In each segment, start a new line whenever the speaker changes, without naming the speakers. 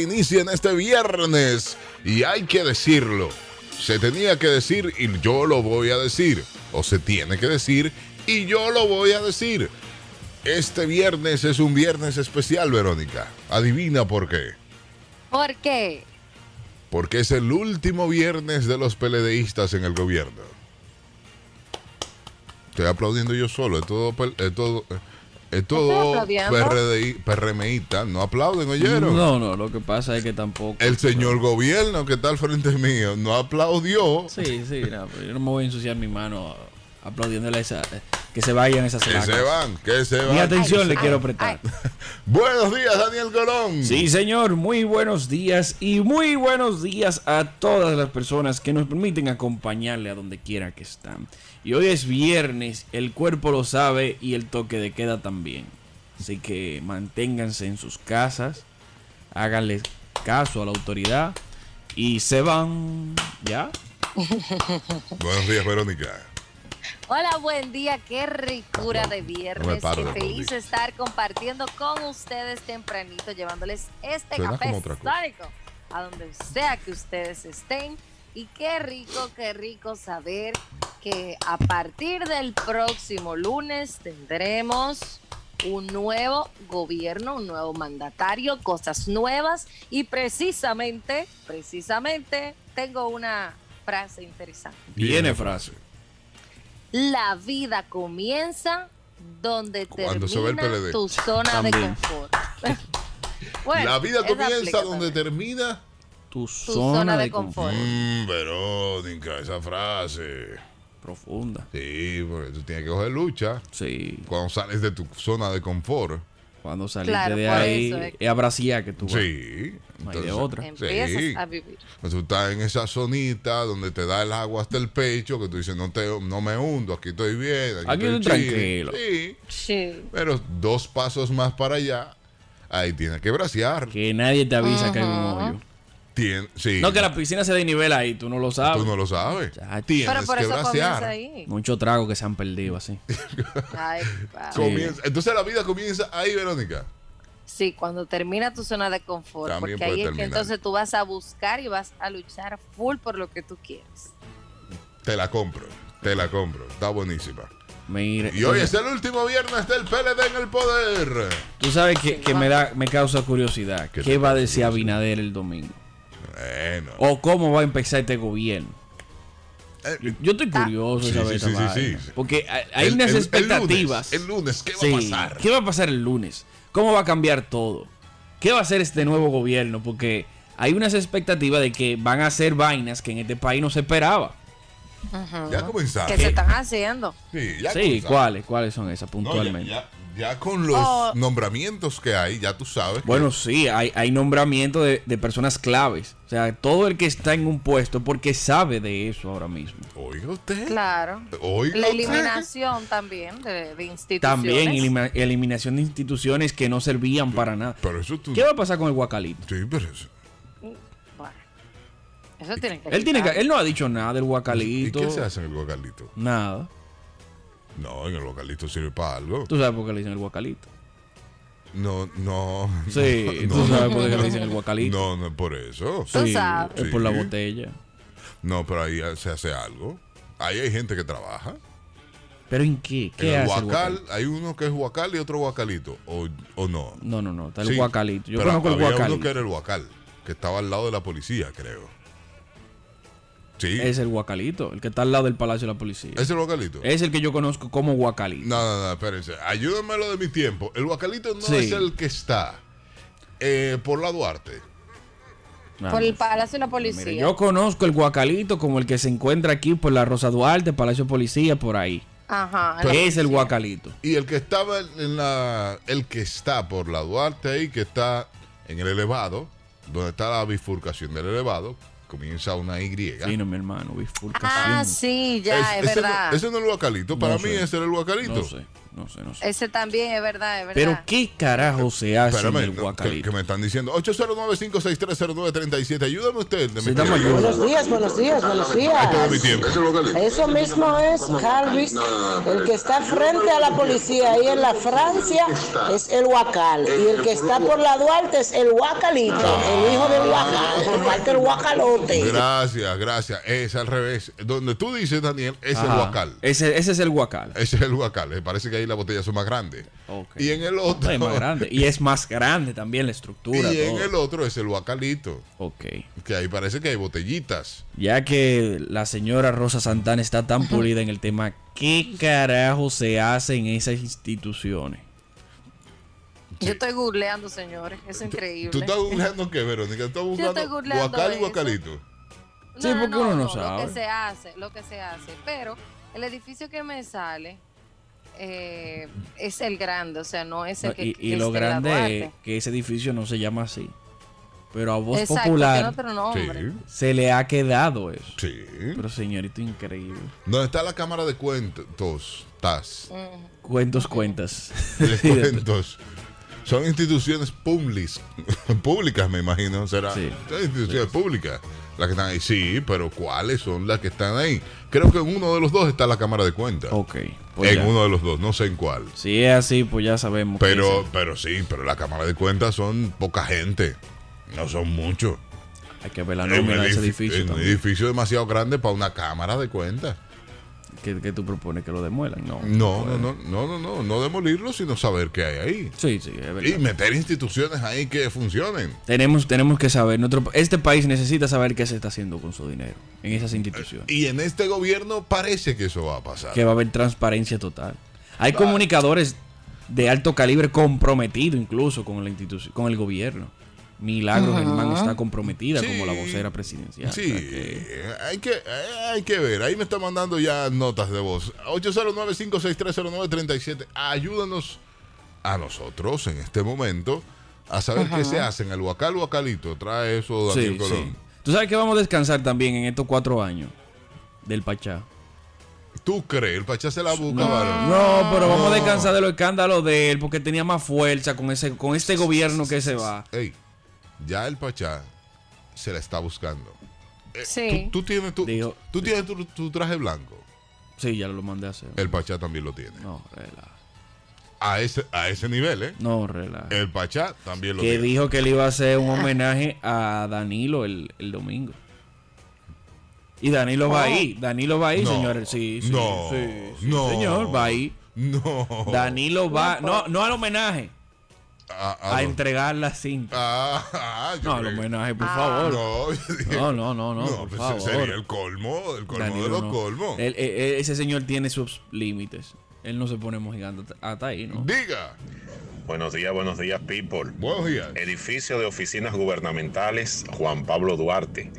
inician este viernes. Y hay que decirlo. Se tenía que decir y yo lo voy a decir. O se tiene que decir y yo lo voy a decir. Este viernes es un viernes especial, Verónica. Adivina por qué.
¿Por qué?
Porque es el último viernes de los peledeístas en el gobierno. Estoy aplaudiendo yo solo. Es todo, pel- es todo, es todo
Estoy aplaudiendo.
PRDI, PRMista. No aplauden, oyeron.
No, no, lo que pasa es que tampoco.
El señor gobierno que está al frente mío no aplaudió.
Sí, sí, no, pero yo no me voy a ensuciar mi mano aplaudiéndole a esa. Que se vayan esas
Que
vacas.
se van, que se
Mi
van.
atención
Ay,
le
ay,
quiero prestar.
ay.
Buenos días, Daniel Colón.
Sí, señor, muy buenos días y muy buenos días a todas las personas que nos permiten acompañarle a donde quiera que están. Y hoy es viernes, el cuerpo lo sabe y el toque de queda también. Así que manténganse en sus casas, háganle caso a la autoridad y se van. ¿Ya?
Buenos días, Verónica.
Hola, buen día, qué ricura de
No
viernes.
me paro de
qué feliz
aplaudir.
estar compartiendo con ustedes tempranito, llevándoles este
Suena
café
como otra cosa.
histórico a donde sea que ustedes estén. Y qué rico, qué rico saber que a partir del próximo lunes tendremos un nuevo gobierno, un nuevo mandatario, cosas nuevas y precisamente, precisamente tengo una frase interesante.
Viene frase.
La vida comienza donde
Cuando
termina
se va el PLD.
tu zona de
También.
confort. Bueno,
La vida
esa
comienza
aplica
donde
también.
termina.
Tu,
tu
zona, de, confort.
Mm, Verónica, esa frase.
Profunda.
Sí, porque tú tienes que coger lucha
Sí.
cuando sales de tu zona de confort.
Cuando saliste
Claro,
de
por
ahí,
eso es
es abracía que tú eh. vas.
Sí.
No hay de otra.
Empiezas
sí.
a vivir.
Tú estás en esa zonita donde te da el agua hasta el pecho, que tú dices, no, te, no me hundo, aquí estoy bien. Aquí,
Aquí
estoy
estoy
chill".
tranquilo.
Sí,
Sí.
pero dos pasos más para allá, ahí tienes que bracear.
Que nadie te avisa que hay un hoyo.
Tien- sí,
No, que la piscina se desnivela ahí, tú no lo sabes.
tú no lo sabes.
Chacho.
Tienes
Pero por
que
eso comienza
bracear.
ahí.
Muchos tragos que se han perdido así.
Ay, padre.
Sí.
Comienza- entonces la vida comienza ahí, Verónica.
Sí, cuando termina tu zona de confort,
También
porque ahí
puede
es que
terminar.
entonces tú vas a buscar y vas a luchar full por lo que tú quieres.
Te la compro, te la compro. Está buenísima.
Mire,
Y hoy es el último viernes del PLD en el poder.
tú sabes que, que me da me causa curiosidad.
¿Qué
¿Qué,
te
va a
causa
decir Abinader el domingo?
Bueno.
¿O cómo va a empezar este gobierno?
Eh,
Yo, yo estoy curioso
Sí,
de saber
sí,
esa
sí, sí,
vaina,
sí.
Porque hay- hay
El-
unas
el- el
expectativas.
lunes, El lunes, ¿qué va
Sí.
a pasar?
¿Qué va a pasar el lunes? ¿Cómo va a cambiar todo? ¿Qué va a hacer este nuevo gobierno? Porque hay unas expectativas de que van a hacer vainas que en este país no se esperaba.
Ya comenzaron.
Que se están haciendo.
Sí, ya
sí,
comenzaron.
¿cuáles? ¿Cuáles son esas
No,
puntualmente?
ya, ya- ya con los
Oh.
nombramientos que hay, ya tú sabes. que-
Bueno, sí, hay, hay nombramiento de, de personas claves. O sea, todo el que está en un puesto porque sabe de eso ahora mismo.
oiga usted.
Claro.
Oiga
La
usted.
eliminación también de, de instituciones.
También elima- eliminación de instituciones que no servían para nada.
Pero eso tú.
¿Qué va a pasar con el guacalito?
Sí, pero eso.
Bueno, eso tiene que
Él, tiene que-
quitar.
él no ha dicho nada del
¿Y
guacalito.
qué se hace en el localito?
Nada.
No, en el localito sirve para algo.
Tú sabes por qué le dicen el guacalito.
No, no.
Sí,
no,
tú
no,
sabes por qué le dicen el guacalito.
no, no es por eso.
Tú sabes.
Es por la
Sí.
botella.
No, pero ahí se hace algo. Ahí hay gente que trabaja.
¿Pero en qué? ¿Qué
en el
hace el
huacal,
guacalito?
hay uno que es huacal y otro huacalito. O, o no.
No, no, no. Está el
Sí,
guacalito. Yo
pero
conozco el
había
guacalito.
uno que era el huacal, que estaba al lado de la policía, creo. Sí.
Es el guacalito, el que está al lado del Palacio de la Policía.
¿Es el guacalito?
Es el que yo conozco como guacalito.
No, no, no, espérense. Ayúdenme lo de mi tiempo. El guacalito no
Sí.
es el que está eh, por la Duarte.
Ah,
Por el
no.
Palacio de la
Mira,
Policía.
yo conozco el guacalito como el que se encuentra aquí por la Rosa Duarte, Palacio de Policía, por ahí.
Ajá.
Pero-
es el guacalito.
Y el que estaba en la. El que está por la Duarte ahí, que está en el elevado, donde está la bifurcación del elevado, comienza una Y.
Vino mi hermano, bifurcación.
Ah, sí, ya, es,
ese no-
verdad.
Ese no es el guacalito. Para
No
mí
sé.
ese era el guacalito.
No sé. no sé, no sé.
Ese también es verdad, es verdad.
Pero ¿qué carajo se hace en
Espérame,
el
no, que,
guacalito?
que me están diciendo 809-56309-37. Ayúdame usted. de mi
Necesitamos
tiempo.
ayuda.
Buenos días, buenos días, buenos días.
Todo mi tiempo.
Eso mismo es Calvis, el que está frente a la policía ahí en la Francia es el Huacal y el que está por la Duarte es el Huacalito, el hijo del Huacal, por parte del Huacalote.
Gracias, gracias. Es al revés. Donde tú dices, Daniel, es el
Ajá.
huacal.
Ese, ese es el guacal.
Ese es el huacal. Eh, Parece que ahí las botellas son más grandes.
Ok.
Y en el otro.
No, es más grande. Y es más grande también la estructura.
y en
todo.
el otro es el huacalito.
Ok.
Que ahí parece que hay botellitas.
Ya que la señora Rosa Santana está tan pulida en el tema, ¿qué carajo se hace en esas instituciones?
Yo estoy googleando, señores. Es increíble.
¿Tú estás googleando qué, Verónica? ¿Estás
estoy
buscando
googleando
huacal y
eso.
huacalito?
No,
Sí,
no,
porque
no,
uno no
no, Lo
sabe.
que se hace, lo que se hace. Pero el edificio que me sale eh, es el grande, o sea, no es el
No,
que.
y y
que está
lo
en la
grande es
Duarte.
que ese edificio no se llama así. Pero a voz
Exacto, tiene
popular
otro nombre.
se le ha quedado eso.
Sí, sí.
Pero señorito, increíble.
¿Dónde está la cámara de cuentos? Tas.
Mm.
Cuentos, cuentas.
Les
Sí, de-
cuentos. Son instituciones publis- públicas, me imagino, será.
Sí.
Son instituciones públicas las que están ahí. Sí, pero ¿cuáles son las que están ahí? Creo que en uno de los dos está la Cámara de Cuentas.
Ok. Pues
en
ya.
uno de los dos, no sé en cuál.
Si es así, pues ya sabemos. que
Pero,
es-
pero sí, pero la Cámara de Cuentas son poca gente. No son muchos.
hay que ver la
Es un
nómina de Ah, ese
edifi-
edificio
es un
también.
edificio demasiado grande para una Cámara de Cuentas.
¿Qué, qué tú propones? ¿Que lo demuelan? No.
No, no,
puede.
no, no, no, no, no demolirlo, sino saber qué hay ahí.
Sí, sí, es verdad.
Y meter instituciones ahí que funcionen.
Tenemos, tenemos que saber, nuestro, este país necesita saber qué se está haciendo con su dinero en esas instituciones.
Y en este gobierno parece que eso va a pasar.
Que va a haber transparencia total. Hay comunicadores de alto calibre comprometidos incluso con la institución, con el gobierno. Milagro Germán está comprometida
Sí.
como la vocera presidencial.
Sí,
o sea que-
hay que, eh, hay que ver. Ahí me está mandando ya notas de voz. 809-56309-37. Ayúdanos a nosotros en este momento a saber qué se hace en el Huacal Huacalito. Trae eso Daniel
sí, sí.
Colón.
Tú sabes que vamos a descansar también en estos cuatro años del Pachá.
¿Tú crees? El Pachá se la busca, varón.
No, pero vamos
No.
a descansar de los escándalos de él porque tenía más fuerza con ese con este gobierno que se va.
Ey, ya el Pachá se la está buscando.
Sí.
Eh, Tú, tú tienes, tu,
Digo-
tú tienes tu, tu traje blanco.
Sí, ya lo mandé a hacer.
El Pachá también lo tiene.
No, relaja.
A ese, a ese nivel, ¿eh?
No, relaja.
El Pachá también lo
Que
tiene.
dijo que le iba a hacer un homenaje a Danilo el, el domingo. Y Danilo va ahí. Danilo va ahí,
No,
señores. Sí, sí,
no,
sí, sí,
no. Oh.
Señor, va ahí.
No.
Danilo va. No, no al homenaje.
Ah, ah,
A
no.
entregar la cinta.
Ah, ah, yo
No, al
creí-
homenaje, por
Ah.
favor.
No, yo dije-
No, no, no, no. por
pues,
favor.
sería el colmo, el colmo
Danilo
de los
no.
colmos.
Él- él- él- ese señor tiene sus límites. Él no se pone muy gigante hasta ahí, ¿no?
Diga,
Buenos días, buenos días, people.
buenos días.
Edificio de oficinas gubernamentales Juan Pablo Duarte,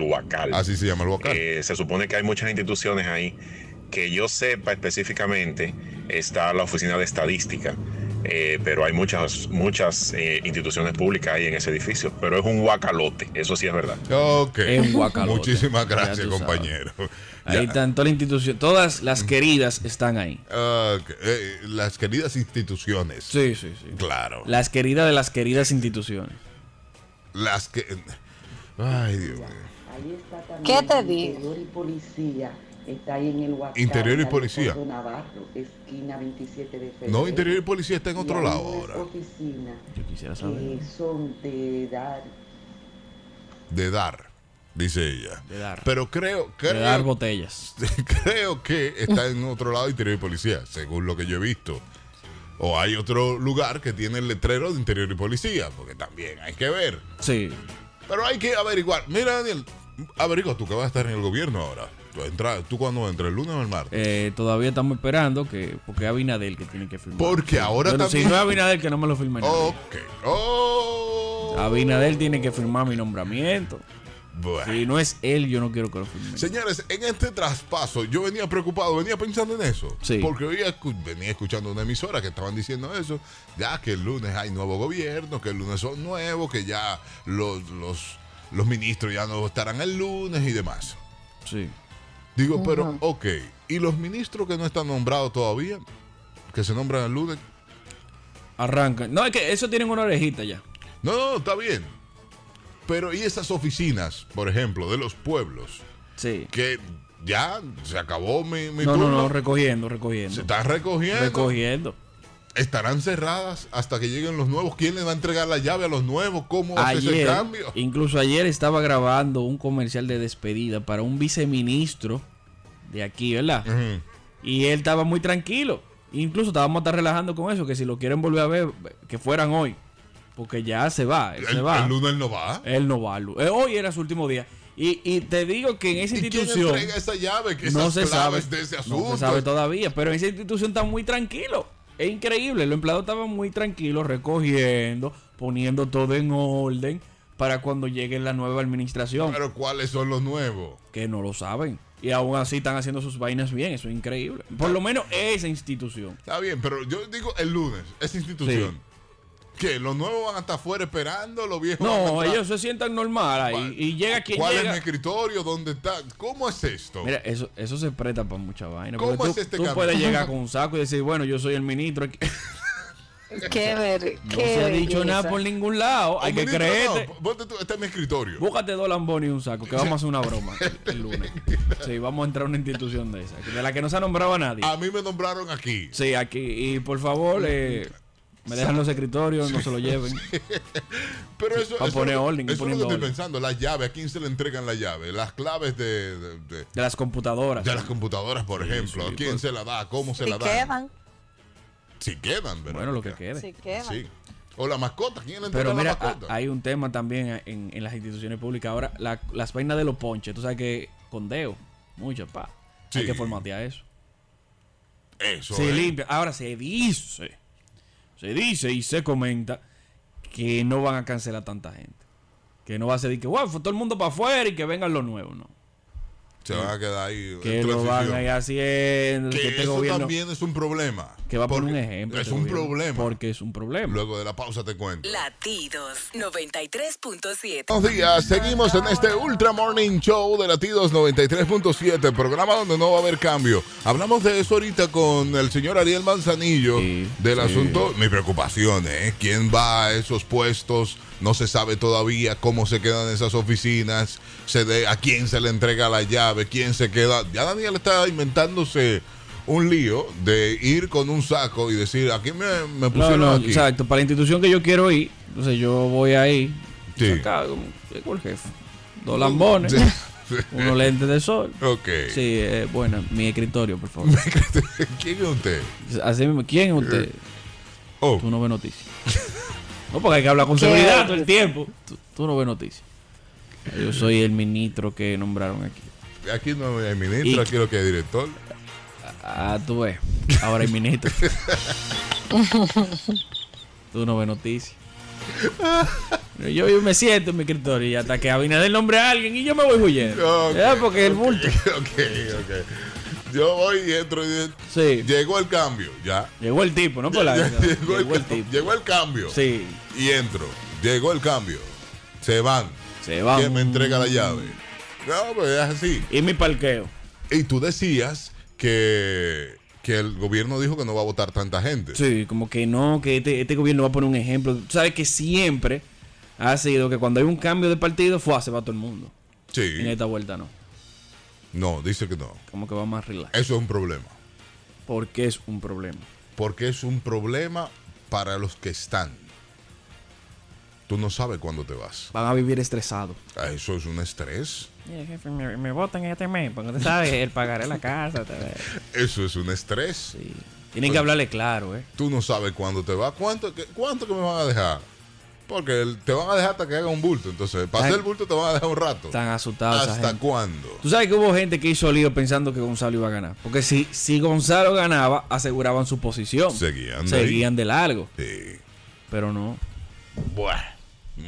Ah,
Huacal.
Así se llama el vocal.
Eh, se supone que hay muchas instituciones ahí. Que yo sepa específicamente está la oficina de estadística, eh, pero hay muchas, muchas eh, instituciones públicas ahí en ese edificio. Pero es un guacalote, eso sí es verdad.
ok.
es un guacalote.
Muchísimas
Ya
gracias,
tú sabes.
compañero.
Ahí
Ya. Mm.
están todas las instituciones. Todas las queridas están ahí.
Ok, eh, las queridas instituciones.
Sí, sí, sí.
Claro.
Las queridas de las queridas instituciones.
Las que. Ay, Dios mío.
Ahí está también
¿Qué te digo?
Interior y policía. Está ahí en el Huacal,
Interior y
Alfonso
policía.
Navarro, esquina 27 de febrero.
No, interior y policía está en otro
Y
lado
hay unas
ahora.
oficinas
Yo quisiera saber.
que eh, son de edad
De dar, dice ella.
De dar.
Pero creo,
De
creo,
Eh, dar botellas.
creo que está en otro lado interior y policía, según lo que yo he visto. O hay otro lugar que tiene el letrero de interior y policía, porque también hay que ver.
Sí.
Pero hay que averiguar. Mira, Daniel, averigua tú que vas a estar en el gobierno ahora. Tú, entra, tú cuando entras, el lunes o el martes.
Eh, todavía estamos esperando que. Porque es Abinadel que tiene que firmar.
Porque ahora
Bueno,
también.
si no es Abinadel que no me lo firme nadie.
ok. Oh.
Abinadel tiene que firmar mi nombramiento.
Bueno.
Si no es él, yo no quiero que lo firme.
Señores, en este traspaso yo venía preocupado, venía pensando en eso.
Sí.
Porque oía escu- venía escuchando una emisora que estaban diciendo eso, ya que el lunes hay nuevo gobierno, que el lunes son nuevos, que ya los, los, los ministros ya no estarán el lunes y demás.
Sí.
Digo, pero ok, ¿y los ministros que no están nombrados todavía? que se nombra Ludec.
Arrancan. No, es que eso tienen una orejita ya.
No, no, no, está bien. Pero y esas oficinas, por ejemplo, de los pueblos,
Sí.
que ya se acabó mi, mi
No, no,
turno.
no, recogiendo, recogiendo.
se están recogiendo.
recogiendo.
Estarán cerradas hasta que lleguen los nuevos. ¿Quién les va a entregar la llave a los nuevos? ¿Cómo hace ese
Ayer,
cambio?
incluso ayer estaba grabando un comercial de despedida para un viceministro de aquí, ¿verdad?
Ujú.
Y él estaba muy tranquilo. Incluso estábamos estar relajando con eso, que si lo quieren volver a ver, que fueran hoy. Porque ya se va, él se
El,
va.
el lunes no va.
Él no va. Lu- eh, Hoy era su último día. Y, y te digo que en esa
¿Y quién
institución
entrega esa llave? Que
no
esas
se sabe.
claves de ese asunto.
No se sabe todavía, pero en esa institución está muy tranquilo. Es increíble. Los empleados estaban muy tranquilos, recogiendo, poniendo todo en orden para cuando llegue la nueva administración.
Pero ¿cuáles son los nuevos?
que no lo saben. Y aún así están haciendo sus vainas bien. Eso es increíble. Por lo menos esa institución.
Está bien, pero yo digo el lunes, esa institución. Que los nuevos van a estar afuera esperando, los viejos van a
No,
estar-
ellos se sientan normal ahí. Y llega quien
¿Cuál
llega.
es mi escritorio? ¿Dónde está? ¿Cómo es esto?
Mira, eso, eso se presta para mucha vaina.
¿Cómo
porque
es
tú,
este
tú
cambio?
puedes llegar con un saco y decir, bueno, yo soy el ministro. aquí.
Qué ver,
No
qué
se ha dicho
belleza.
nada por ningún lado. Hay que
Ministro,
creerte.
no, ponte tú, este es mi escritorio.
Búscate dos lambones y un saco, que vamos a hacer una broma el lunes. Sí, vamos a entrar a una institución de esa, de la que no se ha nombrado a nadie.
A mí me nombraron aquí.
Sí, aquí. Y por favor, eh, me dejan los escritorios, no se lo lleven.
Pero eso,
pa'
eso es
poner
lo que-
orden,
eso es lo que
poniendo
estoy
orden.
pensando. Las llaves, ¿a quién se le entregan las llaves? Las claves de, de- de-
De las computadoras.
de las computadoras, por ejemplo.
Ah, sí,
¿A quién
pues.
se la da? ¿Cómo se
Si
la da?
quedan,
Si quedan, ¿verdad?
Bueno, lo que quede.
si quedan.
Sí. O la mascota, ¿quién le entrega
Pero mira, ah,
la mascota?
a- hay un tema también en, en las instituciones públicas. Ahora, la- las vainas de los ponches, tú sabes que con deo, muchas, pa.
Sí.
Hay que formatear eso. ah,
Eso.
se
eh.
limpia. Ahora se dice, se dice y se comenta que no van a cancelar tanta gente. Que no va a ser de que, wow, fue todo el mundo para afuera y que vengan los nuevos, no.
Se van a quedar ahí.
Que
en
lo van
transición.
a ir haciendo, que,
Que
este
eso
gobierno.
también es un problema.
que va a poner un
Porque
ejemplo.
Es
este
un
gobierno,
problema.
Porque es un problema.
Luego de la pausa te cuento.
Latidos 93.7.
Buenos días, seguimos en este Ultra Morning Show de Latidos 93.7, programa donde no va a haber cambio. Hablamos de eso ahorita con el señor Ariel Manzanillo,
Sí,
del
sí.
asunto, mi preocupación, ¿eh? ¿Quién va a esos puestos? No se sabe todavía cómo se quedan esas oficinas, se de- a quién se le entrega la llave, quién se queda. Ya Daniel está inventándose un lío de ir con un saco y decir, aquí me, me
No,
pusieron
no,
aquí.
exacto. Para la institución que yo quiero ir, entonces yo voy ahí.
Sí. Uh,
Acá, llegó el jefe. Dos lambones, unos lentes de sol.
ok.
Sí, eh, bueno, mi escritorio, por favor.
¿Quién es usted?
Así mismo, ¿quién es
Eh,
usted?
Oh.
Tú no ves noticias. No, porque hay que hablar con seguridad todo el tiempo. Tú, tú no ves noticias. Ah, Yo soy el ministro que nombraron aquí.
Aquí no hay ministro,
Y-
aquí lo que hay director.
Ah, tú ves. Ahora el ministro. tú no ves noticias. Pero Yo, yo me siento en mi escritorio y hasta que Abinader nombre a alguien y yo me voy huyendo.
Ok,
Ya, porque es el bulto.
Ok, ok. Yo voy y entro y digo,
Sí.
llegó el cambio, ya.
Llegó el tipo, no por la
Ya
llegó,
cam-
el tipo.
llegó el cambio.
Sí.
Y entro. Llegó el cambio. Se van.
Se va.
¿Quién me entrega la llave? No, pues es así.
Y mi parqueo.
Y tú decías que, que el gobierno dijo que no va a votar tanta gente.
Sí, como que no, que este, este gobierno va a poner un ejemplo. Tú sabes que siempre ha sido que cuando hay un cambio de partido, fue se va todo el mundo.
Sí.
En esta vuelta no.
No, dice que no.
Como que va más relax.
Eso es un problema.
Porque es un problema.
Porque es un problema para los que están. Tú no sabes cuándo te vas.
Van a vivir estresados.
Ah, Eso es un estrés.
jefe, me, me votan este mes, porque usted sabe, el pagaré la casa.
Eso es un estrés.
Sí. Tienen que hablarle claro, ¿eh?
Tú no sabes cuándo te vas. ¿Cuánto, que- cuánto que me van a dejar? Porque el- te van a dejar hasta que haga un bulto. Entonces, para
Ay.
hacer el bulto te van a dejar un rato.
Están asustados. esa
¿Hasta
gente.
cuándo?
Tú sabes que hubo gente que hizo lío pensando que Gonzalo iba a ganar. Porque si, si Gonzalo ganaba, aseguraban su posición.
Seguían de ahí.
Seguían de largo.
Sí.
Pero no.
Bueno.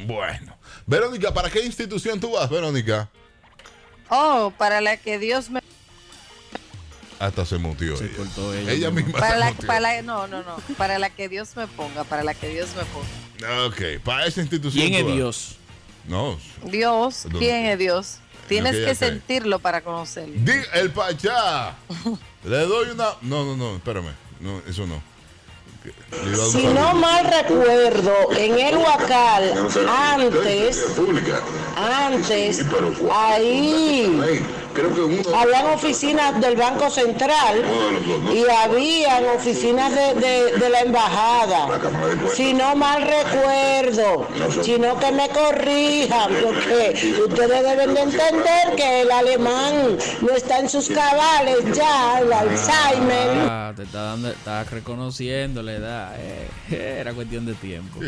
Bueno. Verónica, ¿para qué institución tú vas, Verónica?
Oh, para la que Dios me.
Hasta se mutió.
Se
ella.
cortó ella
Ella
misma.
misma
Para
se
la,
mutió.
para la- no, no, no. Para la que Dios me ponga, para la que Dios me ponga.
Ok, para esa institución.
¿Quién
tú
es
vas.
Dios?
No.
Dios,
¿Dónde?
¿quién es Dios? Tienes
que
que,
ya sé.
sentirlo para conocerlo.
Di el Pachá. Le doy una. No, no, no, espérame. No, eso no. Le iba a dar un
Si
saludo.
no mal recuerdo, en el Huacal, antes, antes, ahí habían oficinas del Banco Central y habían oficinas de, de- de la embajada. Si no mal recuerdo, si no que me corrijan, porque ustedes deben de entender que el alemán no está en sus cabales ya, el Alzheimer.
Ah, te está dando, está reconociendo la edad. eh. Era cuestión de tiempo.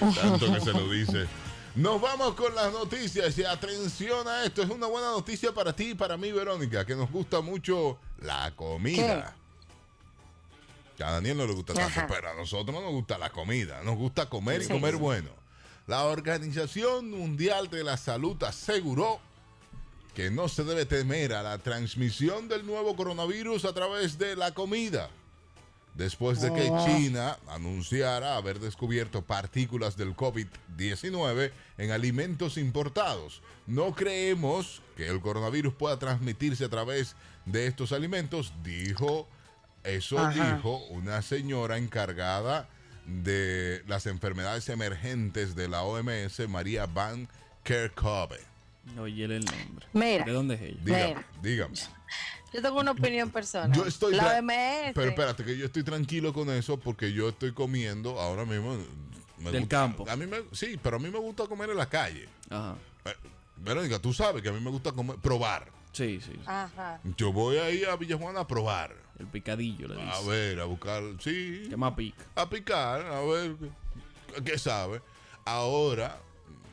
Tanto que se lo dice. Nos vamos con las noticias y atención a esto. Es una buena noticia para ti y para mí, Verónica, que nos gusta mucho la comida. A Daniel no le gusta tanto,
Ajá.
pero a nosotros no nos gusta la comida. Nos gusta comer y comer bueno. La Organización Mundial de la Salud aseguró que no se debe temer a la transmisión del nuevo coronavirus a través de la comida. Después de que China anunciara haber descubierto partículas del COVID-19 en alimentos importados, no creemos que el coronavirus pueda transmitirse a través de estos alimentos, dijo, eso dijo una señora encargada de las enfermedades emergentes de la OMS, María Van Kerkhove.
Oye, el nombre.
Mira.
¿De dónde es ella?
Dígame,
Mira.
dígame.
Yo tengo una opinión personal.
Yo estoy
La
tra-
OMS.
Pero espérate, que yo estoy tranquilo con eso porque yo estoy comiendo ahora mismo. me
Del
gusta-
campo.
A mí me, sí, pero a mí me gusta comer en la calle.
Ajá.
Eh, Verónica, tú sabes que a mí me gusta comer, probar.
Sí, sí. sí.
Ajá.
Yo voy ahí a Villajuana a probar.
El picadillo le dice.
A ver, a buscar, sí,
¿Qué más pica?
a picar, a ver qué- qué sabe. Ahora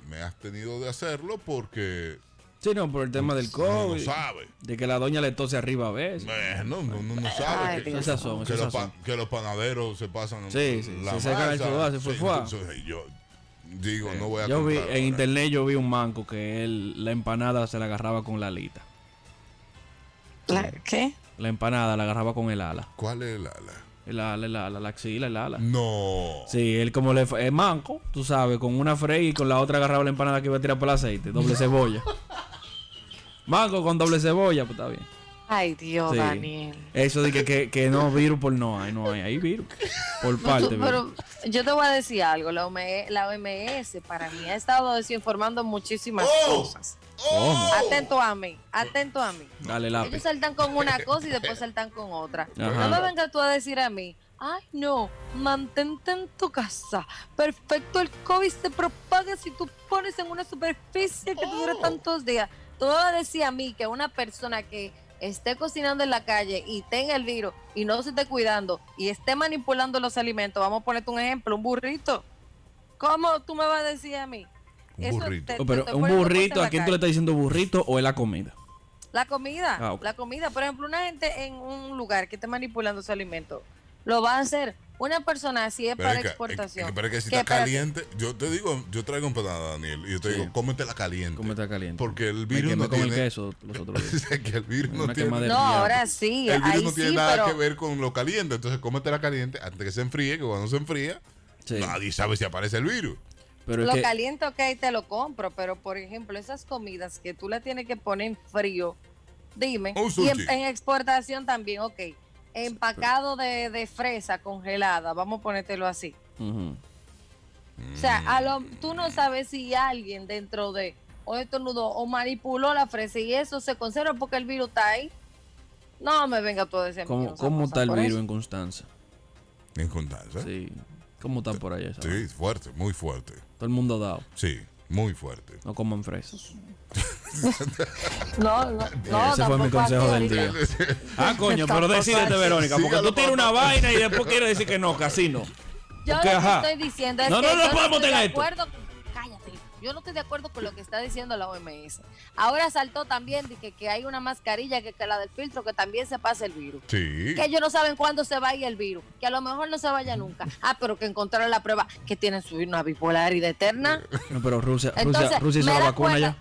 me has tenido de hacerlo porque
Sí, no, por el tema del
no,
COVID.
sabe.
De que la doña le tose arriba a veces.
Bueno, no, no, no sabe.
Ay,
que-
Eso es sazón, eso
que,
es
los
sazón.
pa- que los panaderos se pasan
Sí, sí, se sacan el
masa.
fubá, se fue fubá.
entonces, yo digo, no voy a
Yo vi,
comprar
en
ahora.
internet yo vi un manco que él, la empanada se la agarraba con la alita.
¿Qué?
La empanada la agarraba con el ala.
¿Cuál es el ala?
El ala, el ala, la axila, el ala.
No.
Sí, él como le fue- es manco, tú sabes, con una freí y con la otra agarraba la empanada que iba a tirar por el aceite, doble cebolla. Manco con doble cebolla, pues está bien.
Ay, Dios,
Sí.
Oh, Daniel.
Eso de que, que, que no, virus por no hay, no hay, hay virus. Por
No, tú-
parte, virus.
pero yo te voy a decir algo, la OMS, la OMS para mí ha estado desinformando muchísimas
¡Oh!
cosas.
¡Oh!
Atento a mí, atento a mí.
Dale lápiz.
Ellos saltan con una cosa y después saltan con otra.
Ajá.
No me vengas tú a decir a mí, ay no, mantente en tu casa. Perfecto, el COVID se propaga si tú pones en una superficie que tuviera
Oh.
tantos días. Tú me vas a decir a mí que una persona que esté cocinando en la calle y tenga el virus y no se esté cuidando y esté manipulando los alimentos, vamos a ponerte un ejemplo, un burrito. ¿Cómo tú me vas a decir a mí?
Un
Eso
burrito.
te-
Oh,
te
pero
estoy
un
poniendo
burrito,
cosas
¿a
en
quién
la
tú
calle.
le estás diciendo burrito o es la comida?
La comida,
Ah, ok.
la comida. Por ejemplo, una gente en un lugar que esté manipulando su alimento, lo va a hacer. Una persona así es
Pero
para
es que-
exportación.
es que- pero es que si
¿Qué?
está
Espérate.
caliente, yo te digo, yo traigo empanada, Daniel, y yo te
Sí.
digo, cómetela caliente.
¿Cómo está caliente?
Porque el
Me
virus
quemé
no
con
tiene.
el queso los otros días.
que el virus no
Una
tiene.
quemadera.
No, ahora sí.
El virus
ahí
no tiene
sí,
nada
pero
que ver con lo caliente. Entonces, cómetela caliente antes que se enfríe, que cuando se enfría,
Sí,
nadie sabe si aparece el virus.
pero es
lo
que,
caliente, ok, te lo compro. Pero, por ejemplo, esas comidas que tú le tienes que poner en frío, dime.
Un
Y en,
sushi.
en exportación también, ok. Empacado de, de fresa congelada, vamos a ponértelo así.
Ujú.
O sea, a lo- tú no sabes si alguien dentro de o estornudó o manipuló la fresa y eso se conserva porque el virus está ahí. No me venga todo ese
¿Cómo, cómo está el virus en Constanza?
En Constanza. Sí.
Sí. ¿Cómo está por allá? esa vaina?
fuerte, muy fuerte.
Todo el mundo dado.
Sí, muy fuerte.
No coman fresas.
No, no, no.
Eh, Ese fue
tampoco
mi consejo
así.
del día. Ah, coño, pero decídete, Verónica, porque
Sígalo,
tú tienes
papá.
una vaina y después quieres decir que no, casino.
Yo
Porque,
lo que
ajá.
estoy diciendo es
No,
que
no, no
yo
podemos
estoy
tener
de
esto.
acuerdo. Cállate. Yo no estoy de acuerdo con lo que está diciendo la OMS. Ahora saltó también de que, que hay una mascarilla que, que la del filtro que también se pasa el virus.
Sí.
que ellos no saben cuándo se va a ir el virus, que a lo mejor no se vaya nunca. Ah, pero que encontraron la prueba que tienen su una bipolaridad eterna.
No, pero Rusia, Rusia,
Entonces,
Rusia hizo
me
la
da
vacuna
cuenta-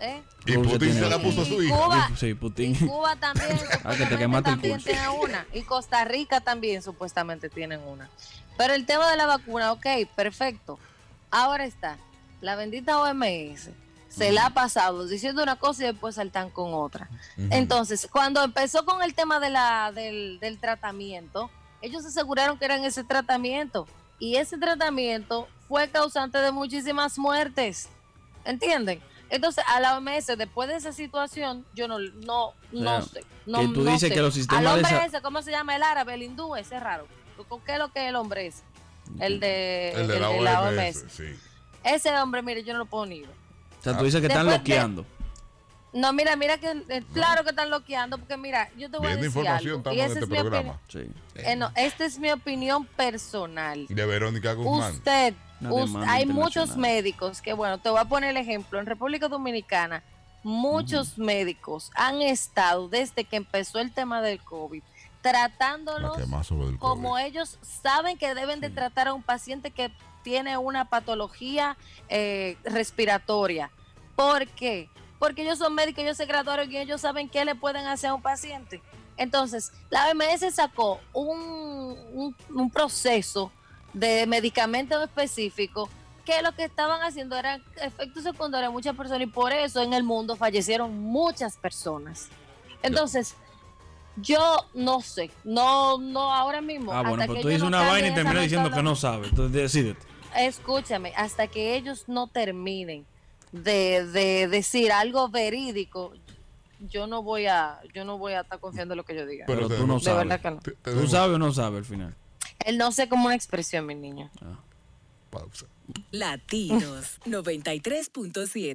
ya.
¿Eh?
Y
Rusia
Putin
tiene
se la
razón.
puso a su
Y
hija.
Cuba,
Sí,
y
Putin.
Cuba también,
Ah, que te
supuestamente,
quemaste el
también
curso.
tiene una. Y Costa Rica también, supuestamente, tienen una. Pero el tema de la vacuna, ok, perfecto. Ahora está, la bendita OMS se la ha pasado diciendo una cosa y después saltan con otra. Entonces, cuando empezó con el tema de la, del, del tratamiento, ellos aseguraron que eran ese tratamiento. Y ese tratamiento fue causante de muchísimas muertes. ¿Entienden? Entonces, a la OMS, después de esa situación, yo no, no, no
O sea,
sé. No,
que tú
no
dices
sé.
que los sistemas
Al
de
hombre
sa-
ese, ¿cómo se llama? El árabe, el hindú, ese es raro. ¿Qué es lo que es el hombre ese? El de,
El de la
el
OMS. Sí.
Ese hombre, mire, yo no lo puedo ni ver.
O sea, tú dices que están
Después de-
loqueando.
No, mira, mira que eh, claro que están bloqueando, porque mira, yo te voy a
Viendo
decir
información,
algo,
estamos
y
en
esa
este
es mi opini-
programa.
Sí.
eh, no, esta es mi opinión personal.
De Verónica Guzmán.
Usted,
Una
us-
demanda
hay
internacional.
muchos médicos que, bueno, te voy a poner el ejemplo. En República Dominicana, muchos médicos han estado desde que empezó el tema del COVID
La
tratándolos
que más sobre el
como
COVID.
ellos saben que deben de tratar a un paciente que tiene una patología eh, respiratoria. ¿Por qué? Porque ellos son médicos, ellos se graduaron y ellos saben qué le pueden hacer a un paciente. Entonces, la OMS sacó un, un- un proceso de medicamento específico que lo que estaban haciendo eran efectos secundarios a muchas personas y por eso en el mundo fallecieron muchas personas. Entonces, yo no sé, no, no ahora mismo.
Ah, bueno,
hasta
pues
que
tú
ellos
dices
no
una vaina
cambien
y
esa
terminas diciendo que
metodología-
no sabes. Entonces, decídete.
escúchame, hasta que ellos no terminen de, de decir algo verídico, yo no voy a, yo no voy a estar confiando en lo que yo diga.
Pero
te
tú no
demo-
de verdad
sabes.
que no.
te- te
¿Tú
demo-
sabes o no sabes al final?
Él no sé cómo una expresión, mi niño.
pausa.
Latidos 93.7.